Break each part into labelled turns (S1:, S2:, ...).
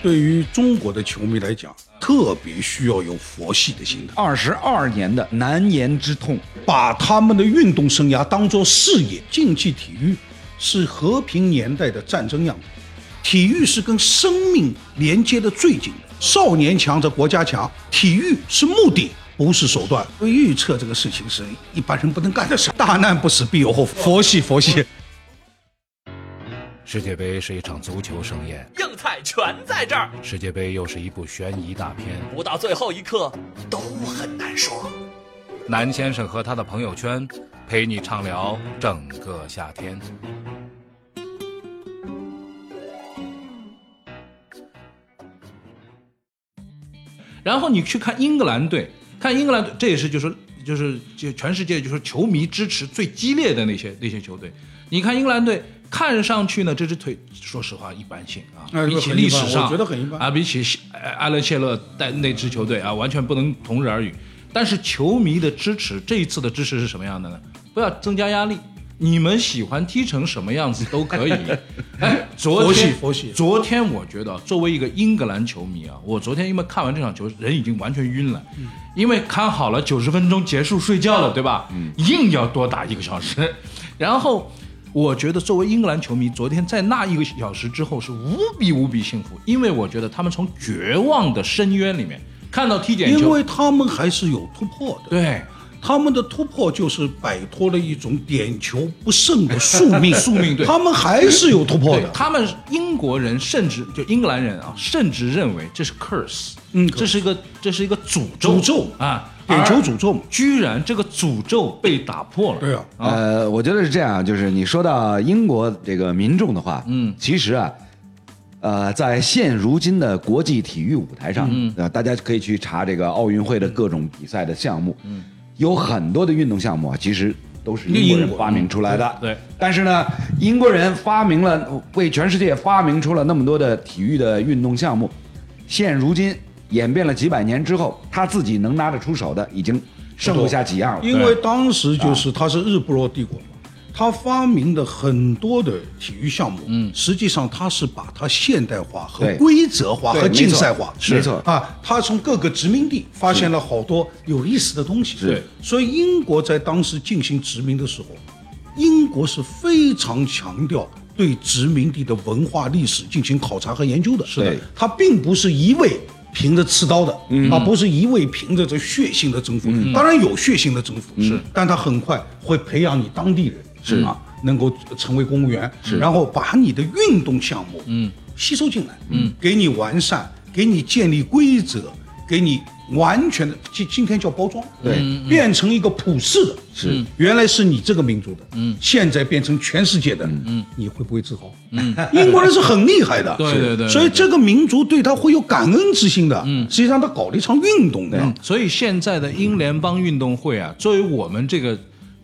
S1: 对于中国的球迷来讲，特别需要有佛系的心态，
S2: 二十二年的难言之痛，
S1: 把他们的运动生涯当作事业。竞技体育是和平年代的战争样本，体育是跟生命连接的最紧的。少年强则国家强，体育是目的。不是手段，预测这个事情是一般人不能干的事。大难不死必有后福，佛系佛系。
S3: 世界杯是一场足球盛宴，
S4: 硬菜全在这儿，
S3: 世界杯又是一部悬疑大片。
S4: 不到最后一刻都很难说。
S3: 南先生和他的朋友圈，陪你畅聊整个夏天。
S5: 然后你去看英格兰队，看英格兰队，这也是就是就是就全世界就是球迷支持最激烈的那些那些球队。你看英格兰队，看上去呢这支腿，说实话一般性啊，
S1: 哎
S5: 比起历史上
S1: 我觉得很一般
S5: 啊，比起呃阿勒切勒带那支球队啊，完全不能同日而语。但是球迷的支持，这一次的支持是什么样的呢？不要增加压力，你们喜欢踢成什么样子都 可以。哎，昨
S1: 佛系
S5: 天
S1: 佛系
S5: 昨天我觉得啊作为一个英格兰球迷啊，我昨天因为看完这场球，人已经完全晕了，
S1: 嗯
S5: 因为看好了九十分钟结束睡觉了，对吧？
S1: 嗯
S5: 硬要多打一个小时， 然后。我觉得作为英格兰球迷，昨天在那一个小时之后是无比无比幸福，因为我觉得他们从绝望的深渊里面看到踢点球，
S1: 因为他们还是有突破的，
S5: 对
S1: 他们的突破就是摆脱了一种点球不胜的宿 命，宿
S5: 命对
S1: 他们还是有突破
S5: 对
S1: 的，。
S5: 他们英国人甚至就英格兰人啊，甚至认为这是 curse，
S1: 嗯
S5: 这是一个这是一个诅咒，
S1: 诅咒
S5: 啊，
S1: 点球
S5: 而
S1: 诅咒嘛
S5: 居然这个诅咒被打破了，
S1: 对啊，
S6: 呃，我觉得是这样，就是你说到英国这个民众的话，嗯，其实啊，呃，在现如今的国际体育舞台上，嗯，大家可以去查这个奥运会的各种比赛的项目，嗯，有很多的运动项目啊，其实都是英国人发明出来的，
S5: 对对
S6: 但是呢，英国人发明了，为全世界发明出了那么多的体育的运动项目，现如今演变了几百年之后，他自己能拿得出手的已经剩不下几样了。啊
S1: 因为当时就是他是日不落帝国嘛，他发明的很多的体育项目，嗯，实际上他是把它现代化和
S6: 对
S1: 规则化
S6: 对
S1: 和
S6: 没
S1: 竞
S6: 错
S1: 赛化，
S6: 是没错
S1: 啊，他从各个殖民地发现了好多有意思的东西，
S6: 是，
S1: 所以英国在当时进行殖民的时候，英国是非常强调。对殖民地的文化历史进行考察和研究的，是
S6: 的对
S1: 它并不是一味凭着刺刀的，嗯、啊，不是一味凭着这血腥的征服，当然有血腥的征服是，但它很快会培养你当地人是啊，能够成为公务员，是，然后把你的运动项目嗯吸收进来，嗯，给你完善，给你建立规则，给你完全的今今天叫包装，嗯
S6: 对，
S1: 变成一个普世的，是，原来是你这个民族的，嗯，现在变成全世界的，嗯，你会不会自豪？嗯， 英国人是很厉害的，
S5: 对
S1: 是
S5: 对对对
S1: 所以这个民族对他会有感恩之心的，嗯，实际上他搞了一场运动的，
S5: 嗯所以现在的英联邦运动会啊，作为我们这个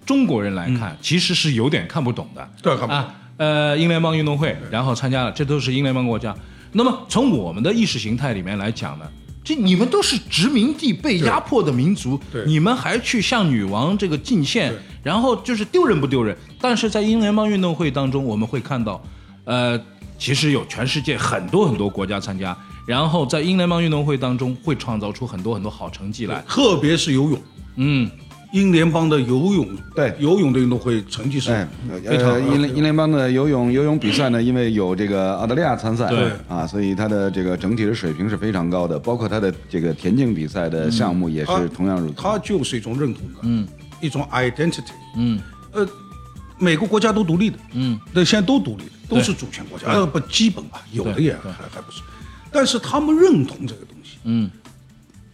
S5: 中国人来看，其实是有点看不懂的。
S1: 嗯对看不懂
S5: 啊，呃，英联邦运动会，然后参加了，这都是英联邦国家。那么从我们的意识形态里面来讲呢，这你们都是殖民地被压迫的民族，
S1: 对
S5: 你们还去向女王这个进献，然后就是丢人不丢人？但是在英联邦运动会当中，我们会看到，呃，其实有全世界很多很多国家参加，然后在英联邦运动会当中会创造出很多很多好成绩来。
S1: 特别是游泳，
S5: 嗯，
S1: 英联邦的游泳，
S6: 对
S1: 游泳的运动会成绩是嗯
S6: 哎，
S1: 非常好
S6: 呃，英联英联邦的游泳游泳比赛呢，因为有这个澳大利亚参赛，
S5: 对
S6: 啊，所以它的这个整体的水平是非常高的，包括它的这个田径比赛
S1: 嗯
S6: 的项目也是同样如此。
S1: 它就是一种认同感，嗯，一种 identity，嗯，呃，每个国家都独立的，嗯，那现在都独立的，都是主权国家，呃，不基本吧，有的也还还不是，但是他们认同这个东西，嗯，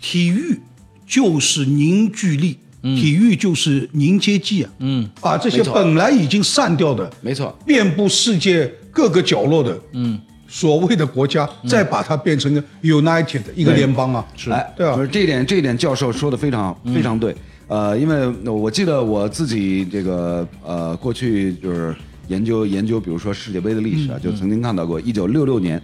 S1: 体育就是凝聚力。体育就是凝结剂啊，嗯，把这些
S6: 没错
S1: 本来已经散掉的，
S6: 没错
S1: 遍布世界各个角落的，嗯，所谓的国家，再把它变成一个 united 一个联邦啊，
S6: 哎，
S1: 对啊嗯
S6: 不，是这一点，这一点教授说的非常好，非常对。呃，因为我记得我自己这个呃，过去就是研究研究，比如说世界杯的历史啊，就曾经看到过，一九六六年，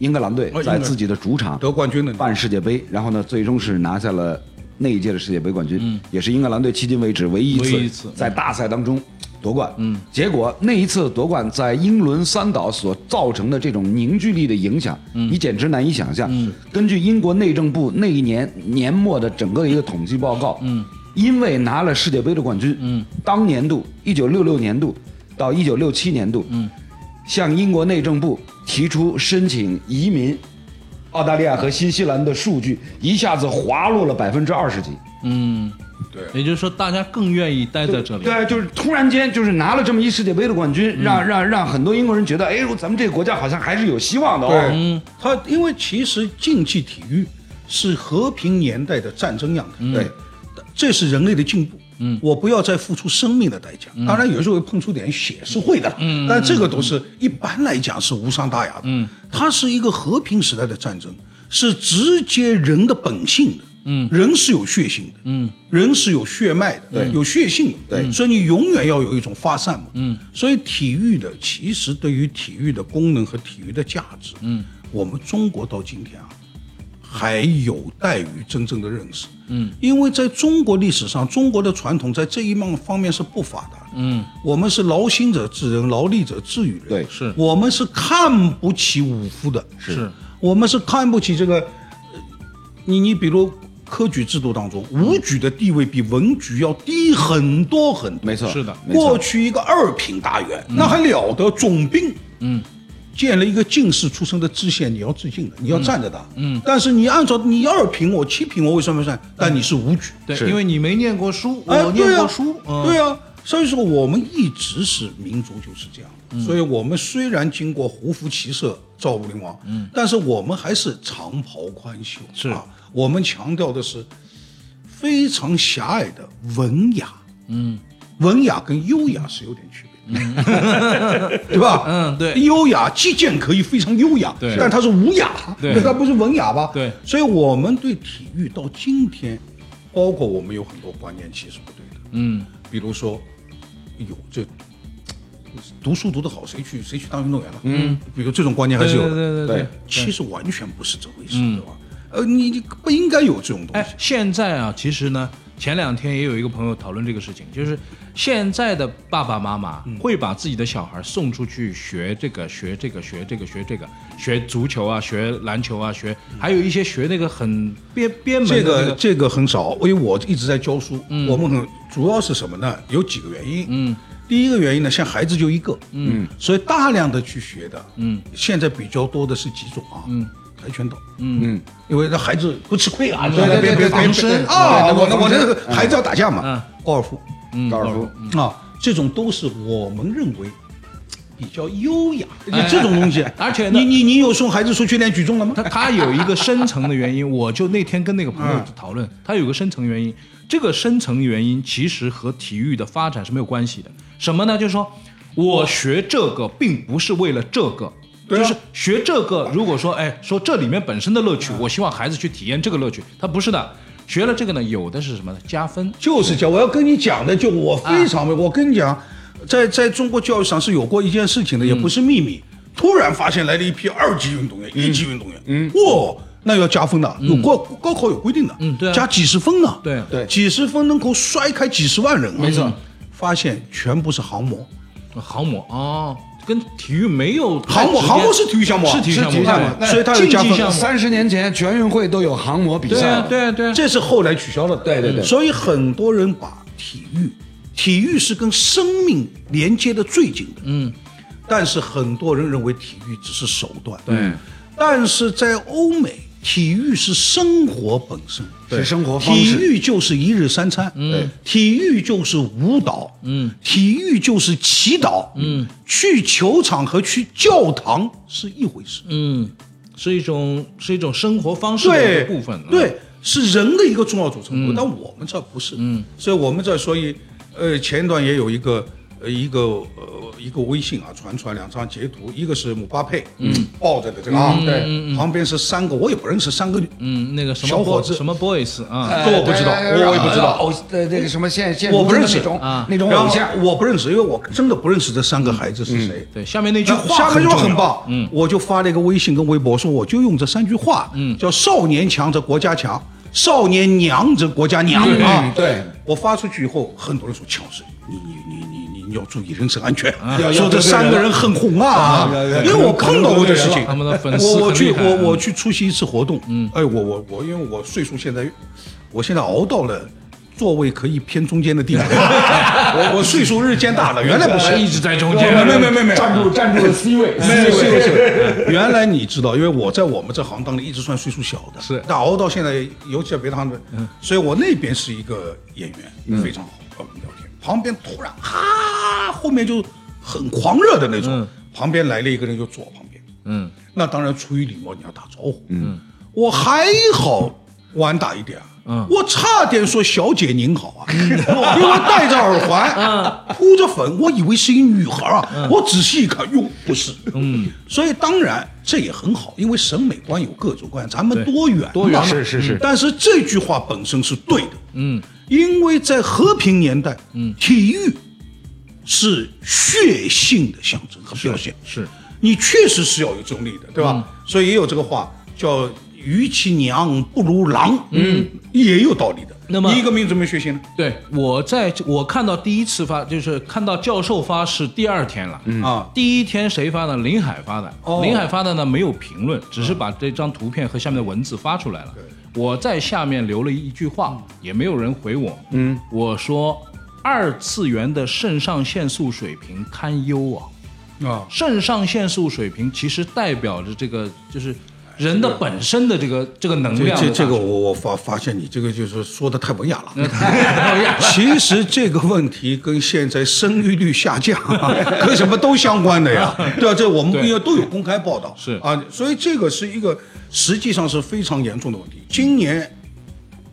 S6: 英格兰
S1: 嗯哦
S6: 队
S1: 英格
S6: 在
S1: 兰
S6: 自己的主场
S1: 得冠军的
S6: 办世界杯，然后呢，最终是拿下了那一届的世界杯冠军，也是英格兰队迄今为止唯一
S5: 唯一
S6: 一
S5: 一
S6: 次
S5: 次
S6: 在大赛当中夺冠。嗯，结果那一次夺冠在英伦三岛所造成的这种凝聚力的影响，你简直难以想象。根据英国内政部那一年年末的整个的一个统计报告，嗯，因为拿了世界杯的冠军，嗯，当年度一九六六年度到一九六七年度，嗯，向英国内政部提出申请移民。澳大利亚和新西兰的数据一下子滑落了百分之二十几，
S5: 嗯，对，也就是说大家更愿意待在这里，
S6: 对，就是突然间就是拿了这么一世界杯的冠军，
S1: 嗯
S6: 让让让很多英国人觉得，哎，咱们这个国家好像还是有希望的
S1: 对，
S6: 哦。
S1: 啊它因为其实竞技体育是和平年代的战争样态，
S6: 对，
S1: 这是人类的进步。嗯，我不要再付出生命的代价。当然，有时候会碰出点血是会的，嗯，但这个都是一般来讲是无伤大雅的。嗯，它是一个和平时代的战争，是直接人的本性的。嗯，人是有血性的，嗯，人是有血脉的，对，有血性的，对，所以你永远要有一种发散嘛，嗯，所以体育的其实对于体育的功能和体育的价值，嗯，我们中国到今天啊，还有待于真正的认识。嗯，因为在中国历史上，中国的传统在这一方方面是不发达的。嗯，我们是劳心者治人，劳力者治于人。
S6: 对
S5: 是
S1: 我们是看不起武夫的。
S5: 是，
S1: 我们是看不起这个，呃你你比如科举制度当中，武举的地位比文举要低很多很多。
S6: 没错，
S5: 是的
S6: 没错
S1: 过去一个二品大员，那还了得？总兵，嗯，建了一个进士出身的知县，你要致敬的，你要站着的，嗯。但是你按照你二品我七品我为什么算？但你是武举，
S5: 对，
S6: 是
S5: 因为你没念过书，
S1: 哎，
S5: 我念
S1: 对
S5: 过
S1: 啊
S5: 书，嗯，
S1: 对啊。所以说，我们一直是民族就是这样。
S5: 嗯
S1: 所以我们虽然经过胡服骑射、赵武灵王，嗯，但是我们还是长袍宽袖。
S5: 是
S1: 啊，我们强调的是非常狭隘的文雅。嗯，文雅跟优雅是有点区别的， 对吧？
S5: 嗯对
S1: 优雅击剑可以非常优雅，
S5: 对
S1: 但它是无雅，
S5: 对
S1: 它不是文雅吧？
S5: 对
S1: 所以我们对体育到今天，包括我们有很多观念其实不对的，
S5: 嗯，
S1: 比如说，有这读书读得好，谁去谁去当运动员了？嗯，比如这种观念还
S5: 对
S1: 是有
S5: 对
S1: 的，
S5: 对对嗯
S6: 对。
S1: 其实完全不是这回事，对吧？呃，你你不应该有这种东
S5: 哎
S1: 西，，
S5: 现在啊，其实呢，前两天也有一个朋友讨论这个事情，就是现在的爸爸妈妈
S1: 嗯
S5: 会把自己的小孩送出去学这个、学这个、学这个、学这个，学足球啊，学篮球啊，学还有一些学那个很边边门的、
S1: 这
S5: 那
S1: 个这个很少，因为我一直在教书，我们很主要是什么呢？有几个原因，嗯。第一个原因呢，像孩子就一个，嗯，所以大量的去学的，嗯，现在比较多的是几种啊，嗯，跆拳道，嗯，因为那孩子不吃亏啊，对
S5: 对对
S1: 别
S5: 防
S1: 别
S5: 身
S1: 啊，我那我
S6: 防身
S1: 那个孩子要打架嘛
S5: 嗯，
S1: 高尔夫
S6: 高尔夫，
S1: 啊，这种都是我们认为比较优雅，这种东西，
S5: 而且呢
S1: 你你你有送孩子出去练举重了吗？
S5: 他他有一个深层的原因，我就那天跟那个朋友
S1: 嗯
S5: 讨论，他有个深层原因，这个深层原因其实和体育的发展是没有关系的。什么呢？就是说我学这个并不是为了这个。
S1: 对啊
S5: 就是学这个，如果说，哎，说这里面本身的乐
S1: 嗯
S5: 趣，我希望孩子去体验这个乐趣，他不是的。学了这个呢，有的是什么呢？加分，
S1: 就是讲，我要跟你讲的，就我
S5: 啊
S1: 非常，我跟你讲，在在中国教育上是有过一件事情的，也不是秘密。
S5: 嗯
S1: 突然发现来了一批二级运动员、一级运动员，嗯，哇，那要加分的，有高高考有规定的，
S5: 嗯嗯对啊
S1: 加几十分呢，
S5: 对
S6: 对
S1: 几十分能够摔开几十万人啊，没错。发现全部是航模，
S5: 航母呃哦，跟体育没有太
S1: 航模
S5: 直接
S1: 航模是体育项目啊，
S5: 是体育项目
S1: 是
S5: 对
S1: 所以它有加
S5: 竞技项
S1: 分
S5: 目。
S6: 三十年前全运会都有航模比
S5: 对
S6: 赛
S5: 啊，
S6: 了，
S5: 对啊，对啊，
S1: 这是后来取消了的。
S6: 对对对
S1: 所以很多人把体育，体育是跟生命连接的最紧的。嗯，但是很多人认为体育只是手段。对，但是在欧美，体育是生活本身。
S6: 是生活方
S1: 体
S6: 式。
S1: 育就是一日三餐，嗯，体育就是舞蹈，嗯，体育就是祈祷，嗯，去球场和去教堂是一回事，
S5: 嗯，是一种是一种生活方式的一
S1: 对
S5: 个部分嗯了。
S1: 对，是人的一个重要组成部分，但我们这不是，嗯，所以我们这所以，呃，前一段也有一个。呃，一个呃，一个微信啊，传出来两张截图，一个是姆巴佩，嗯，抱着的这个啊，对，旁边是三个，我也不认识三个女，
S5: 嗯，那个什
S1: 小
S5: 么
S1: 伙
S5: boy
S1: 子哎
S5: 什么 boys 啊，
S1: 这我不知道，我我也不知道，
S6: 偶呃那个什么现现
S1: 我不认识
S6: 那种
S5: 啊
S6: 那种
S1: 然
S6: 偶
S1: 后嗯
S6: 像，
S1: 我不认识，因为我真的不认识这三个孩子是谁。
S5: 对，下面那句
S1: 那
S5: 话
S1: 下面
S5: 很
S1: 就
S5: 重要
S1: 很棒，嗯，我就发了一个微信跟微博，说我就用这三句话，嗯，叫少年强则国家强，少年娘则国家娘啊。
S6: 对，
S1: 我发出去以后，很多人说乔治，你你你你你你要注意人身安全。
S5: 要
S1: 说这三个人很红啊，因为我碰到过这事情。
S5: 他们的粉丝
S1: 我我
S5: 很
S1: 去
S5: 厉害
S1: 我
S5: 嗯
S1: 我去出席一次活动，嗯，哎，我我我，因为我岁数现在，我现在熬到了。座位可以偏中间的地方，我我岁数日渐大了，原来不是
S5: 一直在中间，
S1: 没没没没，
S6: 站住站住了 C 位
S1: 没有是是， 原来你知道，因为我在我们这行当里一直算岁数小的，
S5: 是
S1: 但熬到现在，尤其在别的行当，所以我那边是一个演员，非常好，跟我们聊天，旁边突然哈，后面就很狂热的那种，旁边来了一个人就坐我旁边，
S5: 嗯，
S1: 那当然出于礼貌你要打招呼，嗯，我还好晚打一点。嗯，我差点说“小姐您好啊”， 因为我戴着耳环，铺着粉，我以为是一女孩啊。我仔细一看，哟，不是。嗯， 所以当然这也很好，因为审美观有各种各样，咱们多元多元是是是。但是这句话本身是对的，嗯，因为在和平年代，嗯，体育是血性的象征和表现。
S5: 是
S1: 你确实是要有这种力的，对吧？
S5: 嗯
S1: 所以也有这个话叫“与其娘不如狼”，嗯，也有道理的。
S5: 那么
S1: 你一个名字没学习呢？
S5: 对，我在我看到第一次发，就是看到教授发是第二天了。嗯
S1: 啊
S5: 第一天谁发的？林海发的。
S1: 哦
S5: 林海发的呢没有评论，只是把这张图片和下面的文字发出来了。我在下面留了一句
S1: 嗯
S5: 话，也没有人回我。嗯，我说二次元的肾上腺素水平堪忧啊。
S1: 啊，
S5: 肾上腺素水平其实代表着这个就是人的本身的这个这个能
S1: 这
S5: 量的
S1: 这
S5: 大
S1: 这
S5: 小
S1: 个我我发发现你这个就是说的太文雅了。
S5: 哎 呀
S1: 其实这个问题跟现在生育率下降、 啊、跟什么都相关的呀，对吧、啊这我们
S5: 对
S1: 因为都有公开报道，
S5: 是
S1: 啊，所以这个是一个实际上是非常严重的问题。今年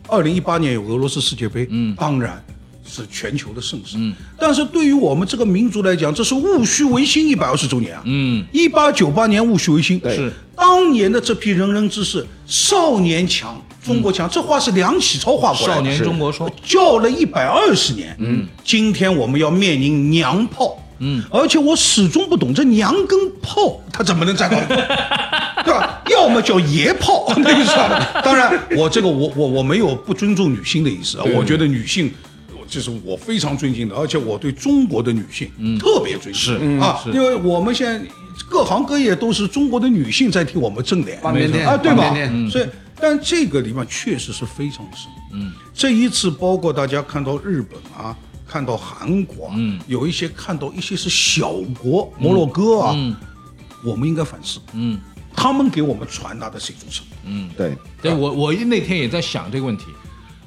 S1: 二零一八年有俄罗斯世界杯，嗯，当然是全球的盛事，嗯，但是对于我们这个民族来讲，这是戊戌维新一百二十周年啊，嗯，一八九八年戊戌维新
S6: 对
S5: 是
S1: 当年的这批仁人之士，少年强，中国强，这话是梁启超画过来的，
S5: 嗯少年中国说
S1: 叫了一百二十年，嗯，今天我们要面临娘炮，嗯，而且我始终不懂这娘跟炮它怎么能 站到一块儿，对吧？要么叫爷 炮，那个是吧？当然，我这个我我我没有不尊重女性的意思啊，我觉得女性。这是我非常尊敬的，而且我对中国的女性、特别尊敬啊，因为我们现在各行各业都是中国的女性在替我们挣脸，
S6: 方便面
S1: 啊，对吧
S6: 方便？面
S1: 所以，但这个里面确实是非常深。嗯，这一次包括大家看到日本啊，看到韩国、啊，嗯，有一些看到一些是小国，摩洛哥啊，嗯，我们应该反思，嗯，他们给我们传达的是一种什么？
S6: 对，
S5: 对我我那天也在想这个问题，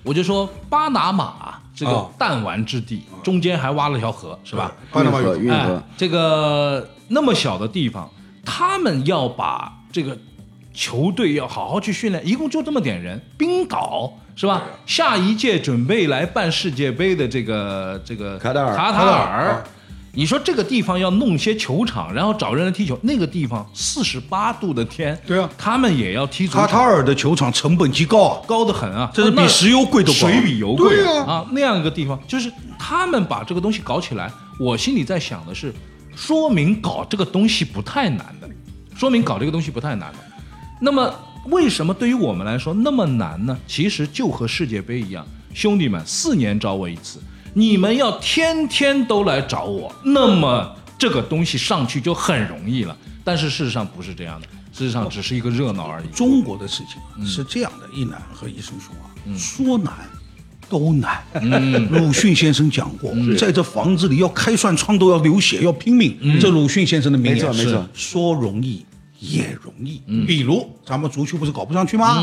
S5: 我就说巴拿马这个
S1: 哦
S5: 弹丸之地，中间还挖了条河，是吧？
S1: 巴拿马有
S6: 运河运
S5: 哎
S6: 河，，
S5: 这个那么小的地方，他们要把这个球队要好好去训练，一共就这么点人，冰岛是吧？下一届准备来办世界杯的这个这个
S6: 卡塔尔
S5: 卡塔
S1: 卡塔
S5: 尔。你说这个地方要弄些球场，然后找人来踢球，那个地方四十八度的天，
S1: 对啊
S5: 他们也要踢足
S1: 卡
S5: 球。
S1: 塔尔的球场成本极高啊，
S5: 高得很啊，
S1: 这是比
S5: 那
S1: 石油贵得高
S5: 水比油贵
S1: 对啊
S5: 那样一个地方，就是他们把这个东西搞起来，我心里在想的是，说明搞这个东西不太难的，说明搞这个东西不太难的。那么为什么对于我们来说那么难呢？其实就和世界杯一样，兄弟们，四年找我一次，你们要天天都来找我，那么这个东西上去就很容易了。但是事实上不是这样的，事实上只是一个热闹而已。
S1: 中国的事情啊
S6: 嗯
S1: 是这样的，一难和一生说啊，说难。都难。
S6: 嗯
S1: 鲁迅先生讲过，在这房子里要开扇窗都要流血，要拼命。这鲁迅先生的名言，
S6: 嗯没错没错，嗯
S1: 说容易也容易。比如咱们足球不是搞不上去吗？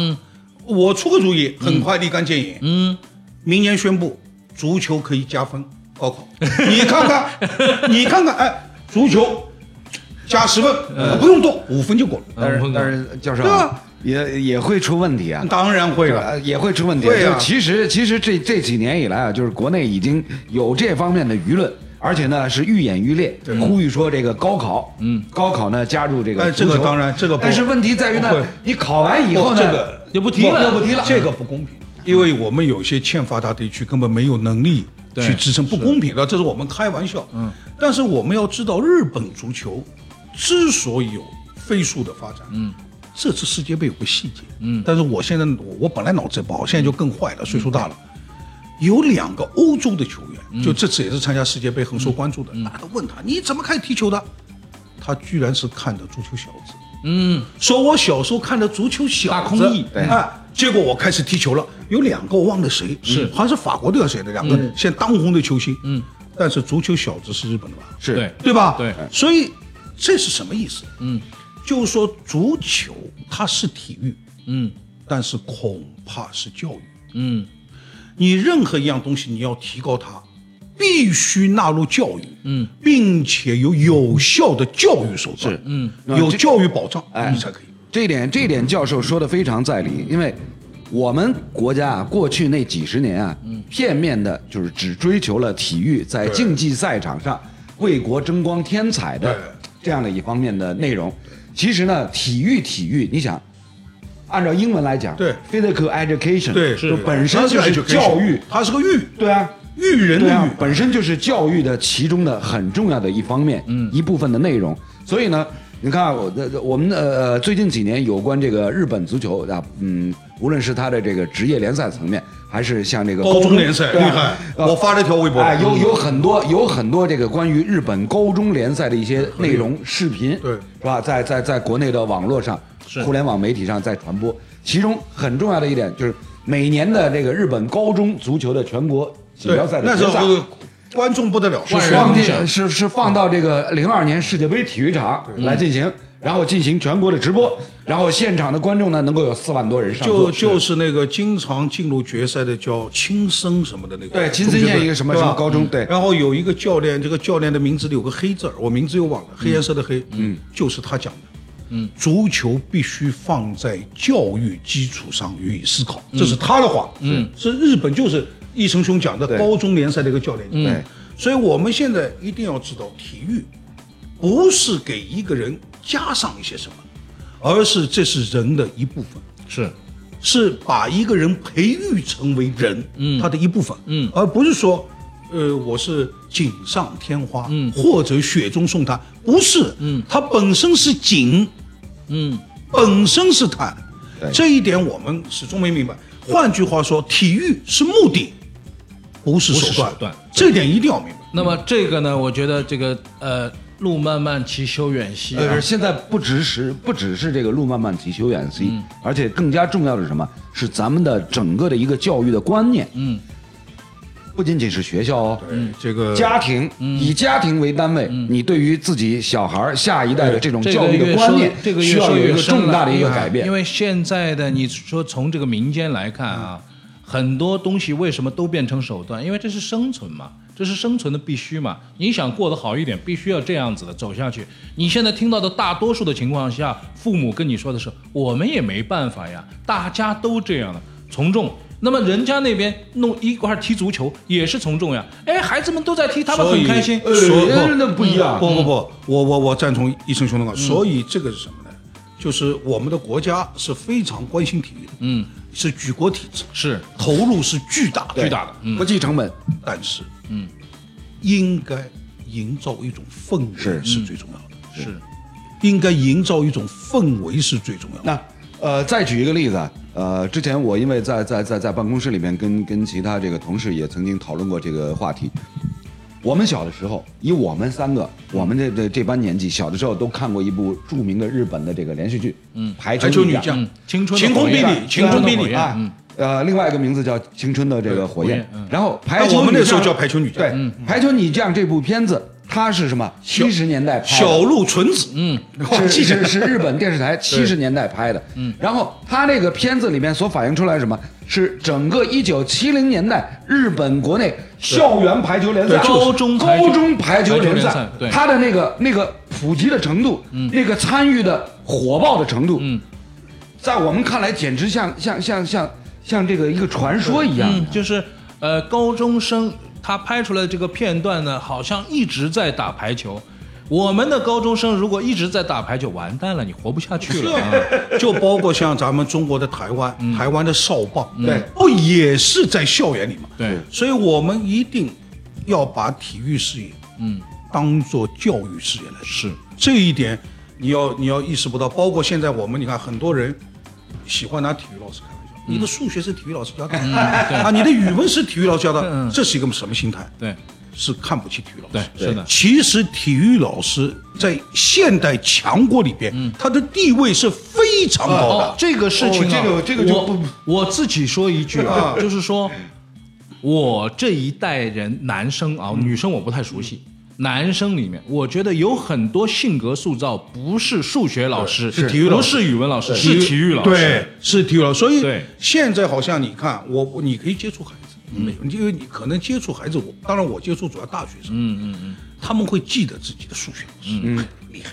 S1: 我出个主意，很快立竿见影。嗯，明年宣布足球可以加分高考， 你看看，你看看，哎，足球加十分，
S6: 嗯
S1: 不用动，五分就过了。
S6: 但
S5: 嗯
S6: 是
S5: 碰到
S6: 但是教授
S1: 对
S6: 啊
S1: 啊
S6: 也也会出问题啊。
S1: 当然会了。
S6: 呃，也会出问题。
S1: 对啊
S6: 就其实其实这这几年以来啊，就是国内已经有这方面的舆论，而且呢是愈演愈烈，呼吁说这个高考，嗯，高考呢加入这个
S1: 哎
S6: 足球。
S1: 这个当然这个不
S6: 但是问题在于呢
S1: 不会，
S6: 你考完以后呢，
S1: 哦这个
S5: 就不提了
S1: 就不提了，这个不公平，因为我们有些欠发达地区根本没有能力
S5: 对
S1: 去支撑，不公平的，这是我们开玩笑。嗯，但是我们要知道，日本足球之所以有飞速的发展，嗯。这次世界杯有个细节，嗯，但是我现在我我本来脑子也不好，现在就更坏了，岁数大了。有两个欧洲的球员，
S5: 嗯
S1: 就这次也是参加世界杯很受关注的，大家都问他你怎么看踢球的，他居然是看的足球小子，
S5: 嗯，
S1: 说我小时候看的足球小子，
S5: 大空翼
S1: 哎，结果我开始踢球了，有两个我忘了谁，是好像是法国队还是谁的两个
S5: 嗯
S1: 现在当红的球星，嗯，但是足球小子是日本的吧？
S6: 是
S5: 对
S1: 对吧？
S5: 对，
S1: 所以这是什么意思？嗯，就是说足球它是体育，
S5: 嗯
S1: 但是恐怕是教育。
S5: 嗯
S1: 你任何一样东西，你要提高它，必须纳入教育，
S5: 嗯，
S1: 并且有有效的教育手段，嗯，有教育保障，
S6: 哎
S1: 你才可以。
S6: 这一点，这一点教授说的非常在理，因为我们国家啊，过去那几十年啊，片面的就是只追求了体育在竞技赛场上为国争光添彩的
S1: 对
S6: 这样的一方面的内容。其实呢，体育体育，你想，按照英文来讲，
S1: 对
S6: ，physical education，
S1: 对，
S6: 就本身就
S1: 它
S6: 是教育，，
S1: 它是个育，
S6: 对啊，
S1: 育人的
S6: 对
S1: 育，
S6: 啊，本身就是教育的其中的很重要的一方面，嗯，一部分的内容。所以呢，你看啊我呃我们呃最近几年有关这个日本足球啊，嗯，无论是他的这个职业联赛层面，还是像这个
S1: 高中联赛
S6: 对啊
S1: 厉害
S6: 呃
S1: 我发了一条微博
S6: 哎，有有很多有很多这个关于日本高中联赛的一些内容视频，
S1: 对
S6: 是吧？在在在国内的网络上，互联网媒体上在传播。其中很重要的一点就是每年的这个日本高中足球的全国锦
S1: 对
S6: 标赛，的
S1: 那时
S6: 决赛，
S1: 候观众不得了，
S6: 是放进是是放到这个零二年世界杯体育场来进行，然后进行全国的直播，然后现场的观众呢能够有四万多人上
S1: 就
S6: 座，
S1: 就是那个经常进入决赛的叫青森什么的那个，
S6: 对秦森燕一个什么
S1: 对
S6: 什
S1: 吧嗯
S6: 么高中，对，
S1: 然后有一个教练，这个教练的名字里有个黑字儿，我名字又忘了，黑颜色的黑，嗯，就是他讲的，嗯，足球必须放在教育基础上予以思考，这是他的话，嗯，是日本就是义成兄讲的
S6: 对嗯
S1: 高中联赛的一个教练，嗯
S6: 对，
S1: 所以我们现在一定要知道，体育不是给一个人加上一些什么，而是这是人的一部分，
S5: 是
S1: 是把一个人培育成为人，嗯，他的一部分，
S5: 嗯
S1: 而不是说，呃，我是锦上添花，嗯，或者雪中送炭，不是，嗯，它本身是锦，
S5: 嗯
S1: 本身是碳，这一点我们始终没明白。换句话说，体育是目的，不是手段，
S5: 不是手段
S1: 这点一定要明白。
S5: 那么这个呢，我觉得这个呃，路漫漫其修远兮、
S6: 呃，
S5: 啊。
S6: 现在不只是不只是这个路漫漫其修远
S5: 嗯
S6: 兮，而且更加重要的是什么？是咱们的整个的一个教育的观念。嗯，不仅仅是学校哦，
S1: 嗯，这个
S6: 家庭、
S5: 嗯
S6: 以家庭为单位，你对于自己小孩儿下一代的这种
S5: 这
S6: 教
S5: 个
S6: 育
S5: 越
S6: 的观
S5: 说
S6: 念，
S5: 这个越
S6: 需要
S5: 说
S6: 有一
S5: 越
S6: 个
S5: 深
S6: 重大
S5: 了
S6: 的一个
S5: 因为
S6: 改变
S5: 因。为现在的你说从这个民间来看啊，
S6: 嗯
S5: 很多东西为什么都变成手段？因为这是生存嘛，这是生存的必须嘛。你想过得好一点，必须要这样子的走下去。你现在听到的大多数的情况下，父母跟你说的是我们也没办法呀，大家都这样了，从众。那么人家那边弄一块儿踢足球也是从众呀，哎，孩子们都在踢，他们
S1: 所
S5: 很
S1: 以
S5: 开心。
S6: 呃哎那不一样
S1: 不不不，我我我赞同医生兄的话。所以这个是什么呢？就是我们的国家是非常关心体育的，嗯，是举国体制，
S5: 是
S1: 投入是巨大的，
S6: 对，
S5: 嗯
S6: 不计成本，
S1: 但是，嗯，应该营造一种氛围是最重要的，
S5: 是，
S1: 应该营造一种氛围是最重要的。
S6: 那呃，再举一个例子啊，呃，之前我因为在在在在办公室里面跟跟其他这个同事也曾经讨论过这个话题。我们小的时候，以我们三个，我们这这这般年纪，小的时候都看过一部著名的日本的这个连续剧，嗯，排
S1: 排球女
S6: 女将
S1: 将，
S5: 嗯，青春的
S1: 晴空
S5: 火焰
S1: 霹雳晴空霹雳
S5: 对
S6: 啊
S5: 嗯，
S6: 呃，另外一个名字叫《青春的这个火焰》
S5: 火焰嗯，
S6: 然后排球女
S1: 那
S6: 将，
S1: 我们那时候叫排球女将
S6: 对，排球女将这部片子，它是什么？七十年代拍的
S1: 小鹿纯子，嗯，
S5: 哦
S6: 是是是是日本电视台七十年代拍的，嗯，然后它这个片子里面所反映出来什么？是整个一九七零年代日本国内校园排球联赛、
S5: 对高中排球
S6: 高中排球联
S5: 排球联
S6: 赛
S5: 赛，对
S6: 它的那个那个普及的程度，那个参与的火爆的程度，
S5: 嗯，
S6: 在我们看来简直像像像像像这个一个传说一样。
S5: 嗯，就是呃，高中生他拍出来的这个片段呢，好像一直在打排球。我们的高中生如果一直在打排球，完蛋了，你活不下去了。啊
S1: 就包括像咱们中国的台湾，
S5: 嗯
S1: 台湾的少棒，
S6: 对
S1: 不也是在校园里嘛？
S5: 对，
S1: 所以我们一定要把体育事业，嗯，当做教育事业来说。
S5: 是
S1: 这一点，你要你要意识不到。包括现在我们，你看很多人喜欢拿体育老师开玩笑，
S5: 嗯
S1: 你的数学是体育老师教的啊，你的语文是体育老师教
S5: 嗯
S1: 的，这是一个什么心态？
S5: 对
S1: 是看不起体育老师。
S5: 对是的，
S1: 其实体育老师在现代强国里边，他的地位是非常高
S5: 嗯哦
S1: 的，。
S5: 这个事情、啊
S1: 哦这个这个就
S5: 我
S1: 不
S5: 我自己说一句啊，就是说，我这一代人男生
S1: 嗯
S5: 啊，女生我不太熟悉。男生里面，我觉得有很多性格塑造不是数学老师，
S1: 是体育老师
S5: 不是语文老师，是体育老师。
S1: 对，是体育老师。所以
S5: 对
S1: 现在好像你看我，我你可以接触孩子，没有，因为你可能接触孩子，我当然我接触主要大学生，嗯嗯嗯，他们会记得自己的数学老师，嗯，厉害。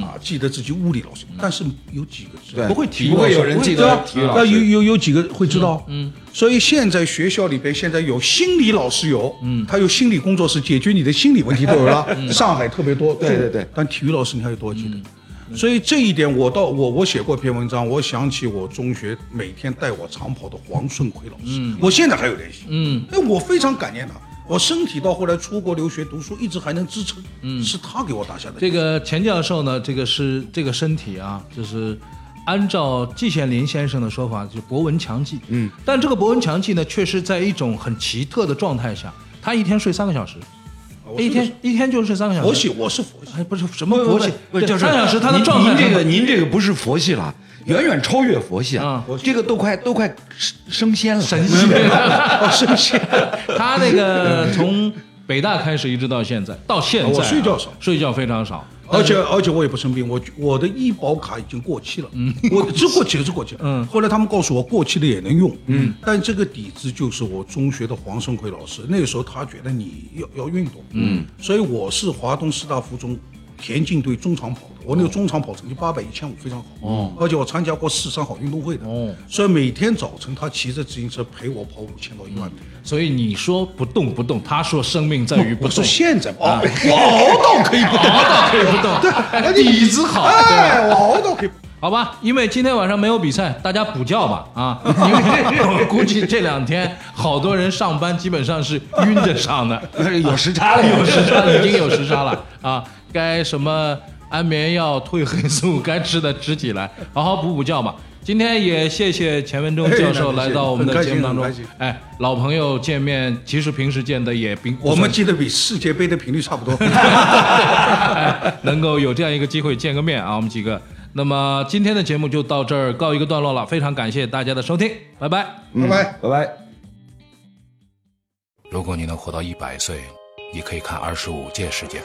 S1: 啊，记得自己物理老师，但是有几个知道
S6: 对
S5: 不会体育
S6: 不
S5: 老
S6: 会
S5: 师
S6: 有人记得体育老
S1: 那啊有
S6: 师。
S1: 有有几个会知道？嗯，所以现在学校里边现在有心理老师有，嗯，他有心理工作室，解决你的心理问题都有了。上海特别多，
S6: 对对对
S1: 但体育老师你还有多少记得？所以这一点我到我我写过篇文章，我想起我中学每天带我长跑的黄顺奎老师，我现在还有联系。嗯，哎，我非常感念他。我身体到后来出国留学读书，一直还能支撑，嗯，是他给我打下的。
S5: 这个钱教授呢，这个是这个身体啊，就是按照季羡林先生的说法，就是博闻强记。嗯，但这个博闻强记呢，却是在一种很奇特的状态下，他一天睡三个小时，
S1: 我
S5: 一天一天就睡三个小时。
S1: 佛系，我是佛系。
S5: 哎，不是什么佛系，对
S6: 就是
S5: 三小时他的
S6: 您
S5: 状态
S6: 您
S5: 很。
S6: 这个您这个不是佛系了，远远超越佛系啊
S5: 啊！
S6: 这个都快都快升升仙了，哦
S5: 神仙，神仙。 他那个从北大开始一直到现在，到现在啊
S1: 我睡觉少
S5: 睡觉非常少。
S1: 而且而且我也不生病，我我的医保卡已经过期了，我这过期了，这过期了。
S5: 嗯
S1: 后来他们告诉我过期的也能用，嗯，但这个底子就是我中学的黄胜奎老师，那个时候他觉得你要要运动，嗯，所以我是华东师大附中田径队中长跑的，我那个中长跑成绩八百、一千五非常好，哦，而且我参加过市三好运动会的，
S5: 哦，
S1: 所以每天早晨他骑着自行车陪我跑五千到一万米。
S5: 所以你说不动不动，他说生命在于嗯不
S1: 我说
S5: 动。
S1: 现在哦吧，我熬到可以不动，
S5: 熬到可以不动，哎底子好，对吧
S1: 哎，我熬到可以不动。
S5: 好吧，因为今天晚上没有比赛，大家补觉吧啊！因 为我估计这两天好多人上班基本上是晕着上的，
S6: 有时
S1: 哎
S6: 差了，
S5: 有时差已经有时差了啊！该什么安眠药、褪黑素，该吃的吃起来，好好补补觉吧。今天也谢谢钱文忠教授
S1: 哎那
S5: 来到我们的节目当中
S1: 很开心很，
S5: 哎，老朋友见面，其实平时见的也并不
S1: 我
S5: 算
S1: 们记得比世界杯的频率差不多。
S5: 哎 能够有这样一个机会见个面啊，我们几个。那么今天的节目就到这儿告一个段落了，非常感谢大家的收听，拜嗯拜。
S1: 拜拜。
S6: 拜拜。
S3: 如果你能活到一百岁，你可以看二十五届世界杯。